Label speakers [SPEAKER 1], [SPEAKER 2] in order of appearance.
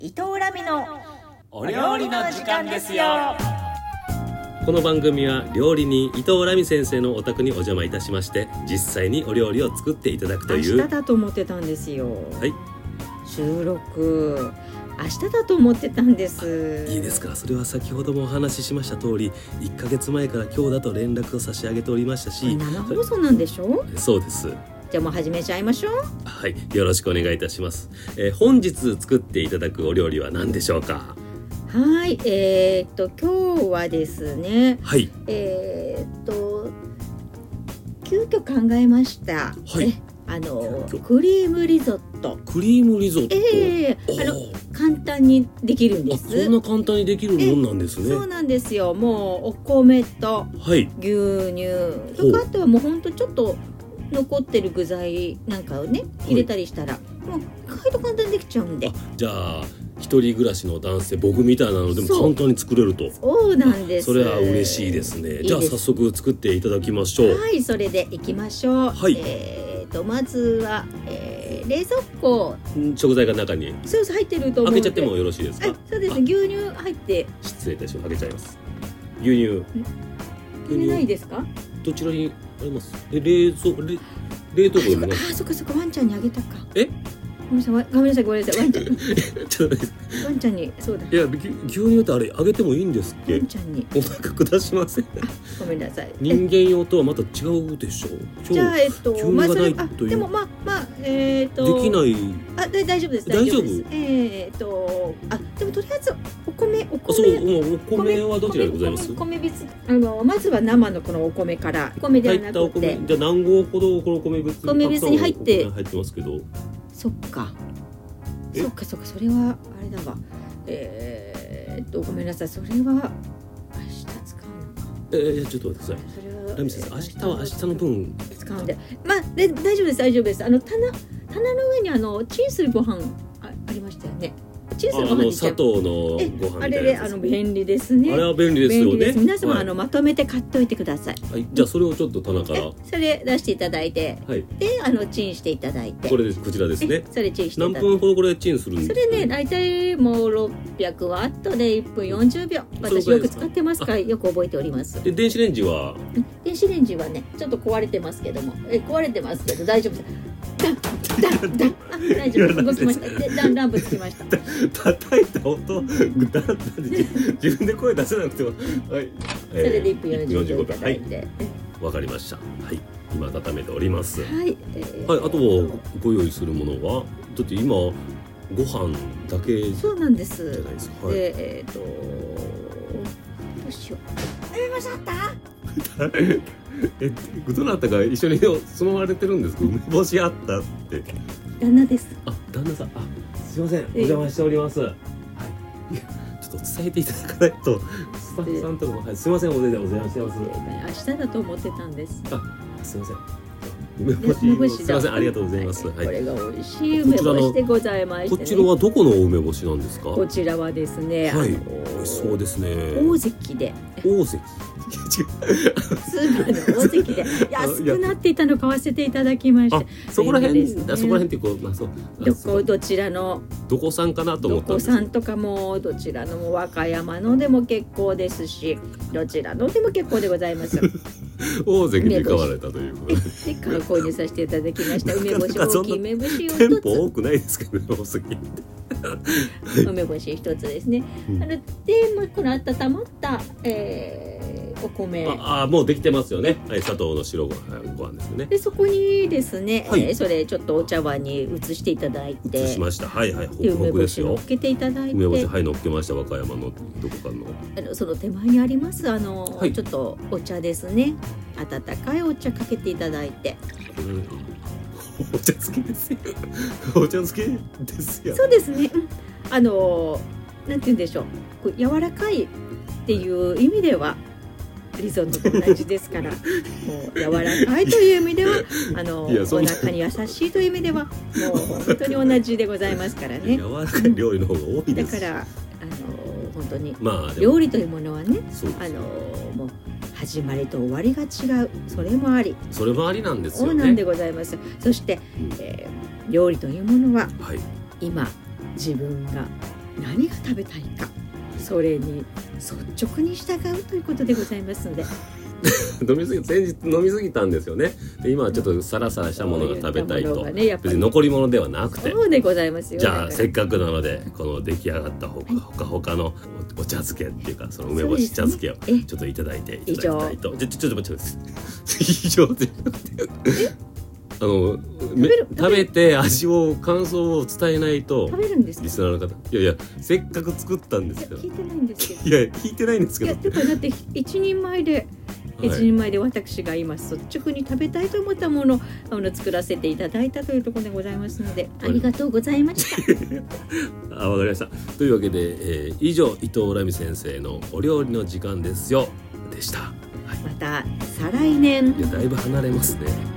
[SPEAKER 1] 伊藤ラビの
[SPEAKER 2] お
[SPEAKER 1] 料理の時間ですよ
[SPEAKER 2] この番組は料理人伊藤ラミ先生のお宅にお邪魔いたしまして実際にお料理を作っていただくと
[SPEAKER 1] 明
[SPEAKER 2] い
[SPEAKER 1] 日
[SPEAKER 2] う
[SPEAKER 1] だと思ってたんですよ
[SPEAKER 2] はい
[SPEAKER 1] 収録明日だと思ってたんです
[SPEAKER 2] いいですかそれは先ほどもお話ししました通り1ヶ月前から今日だと連絡を差し上げておりました
[SPEAKER 1] これ
[SPEAKER 2] し
[SPEAKER 1] 生放送なんでしょ
[SPEAKER 2] そうです
[SPEAKER 1] じゃあもう始めちゃいましょう
[SPEAKER 2] はいよろしくお願いいたします、えー本日作っていただくお料理は何でしょうか
[SPEAKER 1] はいえー、っと今日はですね
[SPEAKER 2] はい
[SPEAKER 1] えー、っと急遽考えました
[SPEAKER 2] はい
[SPEAKER 1] えあの
[SPEAKER 2] 急遽
[SPEAKER 1] クリームリゾット
[SPEAKER 2] クリームリゾット、
[SPEAKER 1] ええあの簡単にできるん
[SPEAKER 2] おー
[SPEAKER 1] で
[SPEAKER 2] あ
[SPEAKER 1] す
[SPEAKER 2] そんな簡単にできるもんなんですね
[SPEAKER 1] そうなんですよもうお米と
[SPEAKER 2] はい
[SPEAKER 1] 牛乳とかあとはもうほんとちょっと残ってる具材なんかをね
[SPEAKER 2] い
[SPEAKER 1] 入れたりしたら、もう意外と簡単にできちゃうんで
[SPEAKER 2] あじゃあ一人暮らしの男性僕みたいなのでも
[SPEAKER 1] そう
[SPEAKER 2] 簡単に作れると
[SPEAKER 1] そうなんです
[SPEAKER 2] それは嬉しいですねじゃあ
[SPEAKER 1] いいです
[SPEAKER 2] 早速作っていただきましょう
[SPEAKER 1] はいそれでいきましょう、
[SPEAKER 2] はい
[SPEAKER 1] えー、とまずは、えー冷蔵庫
[SPEAKER 2] ん食材が中に
[SPEAKER 1] ソース入ってると思う
[SPEAKER 2] 開
[SPEAKER 1] んで
[SPEAKER 2] けちゃってもよろしいです
[SPEAKER 1] はい
[SPEAKER 2] か
[SPEAKER 1] そうですね牛乳入って
[SPEAKER 2] 失礼いたします開けちゃいます牛乳
[SPEAKER 1] 入れないですか
[SPEAKER 2] どちらにありますえ冷蔵冷冷凍庫にも
[SPEAKER 1] あ
[SPEAKER 2] ない
[SPEAKER 1] そっかそっかワンちゃんにあげたか
[SPEAKER 2] え
[SPEAKER 1] ごめんなさいわごめんなさいごめんなさいワンちゃんに
[SPEAKER 2] ちょっと待って
[SPEAKER 1] ワンちゃんにそうだ
[SPEAKER 2] いやぎ牛乳ってあれあげてもいいんですっ
[SPEAKER 1] ワ
[SPEAKER 2] け
[SPEAKER 1] ンちゃんに
[SPEAKER 2] お腹下しません
[SPEAKER 1] ごめんなさい
[SPEAKER 2] 人間用とはまた違うでしょ超
[SPEAKER 1] じゃあえっと
[SPEAKER 2] 急
[SPEAKER 1] まあ
[SPEAKER 2] が
[SPEAKER 1] そ
[SPEAKER 2] な
[SPEAKER 1] れ
[SPEAKER 2] い
[SPEAKER 1] あ
[SPEAKER 2] という
[SPEAKER 1] でもまあまあえっ、と
[SPEAKER 2] できない
[SPEAKER 1] あだ大丈夫です
[SPEAKER 2] 大丈夫
[SPEAKER 1] ですえっ、とあでもとりあえずお米お
[SPEAKER 2] あそう
[SPEAKER 1] 米
[SPEAKER 2] もうお米はどちらでございます
[SPEAKER 1] 米米米びつあのまずは生のこのお米から米では
[SPEAKER 2] 入
[SPEAKER 1] な
[SPEAKER 2] った
[SPEAKER 1] く
[SPEAKER 2] お
[SPEAKER 1] て
[SPEAKER 2] 米じゃあ何合ほどこの米別に
[SPEAKER 1] 米別に入って
[SPEAKER 2] たくさんお米入ってますけど
[SPEAKER 1] そっか
[SPEAKER 2] え
[SPEAKER 1] そっかそっかそれはあれだわえー、っとごめんなさいそれは明日使うのか
[SPEAKER 2] えー、ちょっと待ってくださ
[SPEAKER 1] それはい
[SPEAKER 2] ラミ先生明日は明日の分
[SPEAKER 1] 使うんでまあで大丈夫です大丈夫ですあの棚棚の上にあのチンするご飯あありましたよねチンす
[SPEAKER 2] あ
[SPEAKER 1] るご
[SPEAKER 2] の
[SPEAKER 1] 飯
[SPEAKER 2] 砂
[SPEAKER 1] あ
[SPEAKER 2] 糖のご飯みたいな
[SPEAKER 1] あ
[SPEAKER 2] や
[SPEAKER 1] れ
[SPEAKER 2] つ
[SPEAKER 1] であの便利ですね
[SPEAKER 2] あれは便利ですよ
[SPEAKER 1] 便利
[SPEAKER 2] ね
[SPEAKER 1] です皆様、
[SPEAKER 2] はい
[SPEAKER 1] あのまとめて買っておいてください
[SPEAKER 2] はい、じゃあそれをちょっと棚から
[SPEAKER 1] えそれ出していただいて
[SPEAKER 2] はい
[SPEAKER 1] であのチンしていただいて
[SPEAKER 2] これでこちらですね
[SPEAKER 1] えそれチンしてい
[SPEAKER 2] 何
[SPEAKER 1] ただいて
[SPEAKER 2] 分ほどこれチンするん
[SPEAKER 1] そ
[SPEAKER 2] です
[SPEAKER 1] れね大体もう600ワットで1分40秒
[SPEAKER 2] その
[SPEAKER 1] 私
[SPEAKER 2] くら
[SPEAKER 1] よ
[SPEAKER 2] いで
[SPEAKER 1] く
[SPEAKER 2] すか
[SPEAKER 1] 使ってますからよく覚えております
[SPEAKER 2] で電子レンジは
[SPEAKER 1] 電子レンジはねちょっと壊れてますけどもえ壊れてますけど大丈夫ですダンダンダンあ大丈夫です動きましたでダンダンぶつきました
[SPEAKER 2] 叩いた音 だだって自分で声出せなくてもはいそ
[SPEAKER 1] それで1分40秒いた
[SPEAKER 2] は
[SPEAKER 1] だい
[SPEAKER 2] い
[SPEAKER 1] て、
[SPEAKER 2] わかりましたはい今温めております
[SPEAKER 1] はい、えー
[SPEAKER 2] はい、あとはご用意するものは、だって今ご飯だけじ
[SPEAKER 1] そうなんで
[SPEAKER 2] ゃ
[SPEAKER 1] す
[SPEAKER 2] ないですか。はい、
[SPEAKER 1] でえっ、とどうしよう梅干しあった
[SPEAKER 2] え、どなたが一緒に住まわれてるんですか。梅干しあったって。
[SPEAKER 1] 旦那です
[SPEAKER 2] あ、旦那さん、あ、すいません、お邪魔しております。はい、いやちょっと伝えていただかないと、スタッフさんとかも、はい、すいません、お邪魔してます。
[SPEAKER 1] 明日だと思ってたんです
[SPEAKER 2] すいません。梅
[SPEAKER 1] で
[SPEAKER 2] 干し、
[SPEAKER 1] 梅干し
[SPEAKER 2] すいません、ありがとうございます。
[SPEAKER 1] は、
[SPEAKER 2] はいい、
[SPEAKER 1] これが美味しい梅
[SPEAKER 2] こちらの
[SPEAKER 1] 干しでございまして、
[SPEAKER 2] こ
[SPEAKER 1] ね、
[SPEAKER 2] ちらはどこの梅干しなんですか。
[SPEAKER 1] こちらはですね、
[SPEAKER 2] はい
[SPEAKER 1] あの
[SPEAKER 2] 美味しそうですね。
[SPEAKER 1] 大関で
[SPEAKER 2] 大関。違う
[SPEAKER 1] スーパーの大 関で安くなっていたのを買わせていただきまし
[SPEAKER 2] あ
[SPEAKER 1] て、
[SPEAKER 2] そこら辺、
[SPEAKER 1] 便利ですね
[SPEAKER 2] あそこら辺ってこう、まあ、そう。あ
[SPEAKER 1] ど
[SPEAKER 2] そ
[SPEAKER 1] こ
[SPEAKER 2] う
[SPEAKER 1] どちらの
[SPEAKER 2] どこさんかなと思
[SPEAKER 1] ど
[SPEAKER 2] ったん
[SPEAKER 1] こ
[SPEAKER 2] です
[SPEAKER 1] さんとかもどちらのも和歌山のでも結構ですしどちらのでも結構でござい ますで
[SPEAKER 2] 大関で買われたということで
[SPEAKER 1] か購入させていただきました梅干し
[SPEAKER 2] なかなかそんな
[SPEAKER 1] 大きい梅干しを
[SPEAKER 2] 店舗
[SPEAKER 1] 一
[SPEAKER 2] 多くないですけどね大関
[SPEAKER 1] つ梅干し一つですね、
[SPEAKER 2] うん
[SPEAKER 1] あので、まあ、この温まった、 えーお米
[SPEAKER 2] ああもうできてますよねはい砂糖の白ご飯ご飯ですよね
[SPEAKER 1] でそこにですね、
[SPEAKER 2] はい
[SPEAKER 1] えーそれちょっとお茶碗に移していただい
[SPEAKER 2] 移
[SPEAKER 1] て
[SPEAKER 2] しましたはいはいホ
[SPEAKER 1] で梅
[SPEAKER 2] クホク
[SPEAKER 1] 干
[SPEAKER 2] です
[SPEAKER 1] しを
[SPEAKER 2] よ
[SPEAKER 1] 乗っけていただいて
[SPEAKER 2] 梅干しはい乗っけました和歌山のどこかの
[SPEAKER 1] あのその手前にありますあの、
[SPEAKER 2] はい
[SPEAKER 1] ちょっとお茶ですね温かいお茶かけていただいて
[SPEAKER 2] お茶漬けですよお茶漬けですよ
[SPEAKER 1] そうですね うんあのなんて言うんでしょうこう柔らかいっていう意味ではリゾットと同じです からもう柔らかいという意味ではあの
[SPEAKER 2] いやそ
[SPEAKER 1] お
[SPEAKER 2] んな
[SPEAKER 1] 腹に優しいという意味ではもう本当に同じでございますからね
[SPEAKER 2] 柔らかい料理の方が多
[SPEAKER 1] だ
[SPEAKER 2] いです
[SPEAKER 1] からあの本当に
[SPEAKER 2] まあでも
[SPEAKER 1] 料理というものはね
[SPEAKER 2] そう
[SPEAKER 1] あのもう始まりと終わりが違うそれもあり
[SPEAKER 2] それもありなんです
[SPEAKER 1] そう
[SPEAKER 2] よ
[SPEAKER 1] なん
[SPEAKER 2] ね
[SPEAKER 1] でございますそして
[SPEAKER 2] うん、
[SPEAKER 1] えー料理というものは
[SPEAKER 2] はい
[SPEAKER 1] 今自分が何が食べたいかそれに率直に従うということでございますので
[SPEAKER 2] 飲みすぎ前日飲みすぎたんですよねで今はちょっとサラサラしたものが食べたい
[SPEAKER 1] そう
[SPEAKER 2] と
[SPEAKER 1] うものがねやっぱ
[SPEAKER 2] 別
[SPEAKER 1] り
[SPEAKER 2] に残り物ではなくて
[SPEAKER 1] そうでございますよ
[SPEAKER 2] じゃ
[SPEAKER 1] だ
[SPEAKER 2] あ
[SPEAKER 1] から
[SPEAKER 2] せっかくなのでこの出来上がったほかほかほかのおお茶漬けっていうかその梅干し茶
[SPEAKER 1] そうです
[SPEAKER 2] 漬
[SPEAKER 1] ね
[SPEAKER 2] けを
[SPEAKER 1] え
[SPEAKER 2] ちょっといただいていただきたいとちょちょちょっと待って 以上であのめ
[SPEAKER 1] べる
[SPEAKER 2] 食べて味を感想を伝えないと
[SPEAKER 1] 食べるんですか
[SPEAKER 2] リスナーの方いやいやせっかく作ったんで
[SPEAKER 1] い
[SPEAKER 2] す
[SPEAKER 1] や
[SPEAKER 2] けど
[SPEAKER 1] 聞いてないんですけど
[SPEAKER 2] いや聞いてないんです
[SPEAKER 1] い
[SPEAKER 2] けど
[SPEAKER 1] やだからだって一人前で、一
[SPEAKER 2] はい
[SPEAKER 1] 人前で私が今率直に食べたいと思ったものあの作らせていただいたというところでございますのでありがとうございました。
[SPEAKER 2] あわかりましたというわけで、えー以上伊藤ラミ先生のお料理の時間ですよでした
[SPEAKER 1] また再来年
[SPEAKER 2] いやだいぶ離れますね。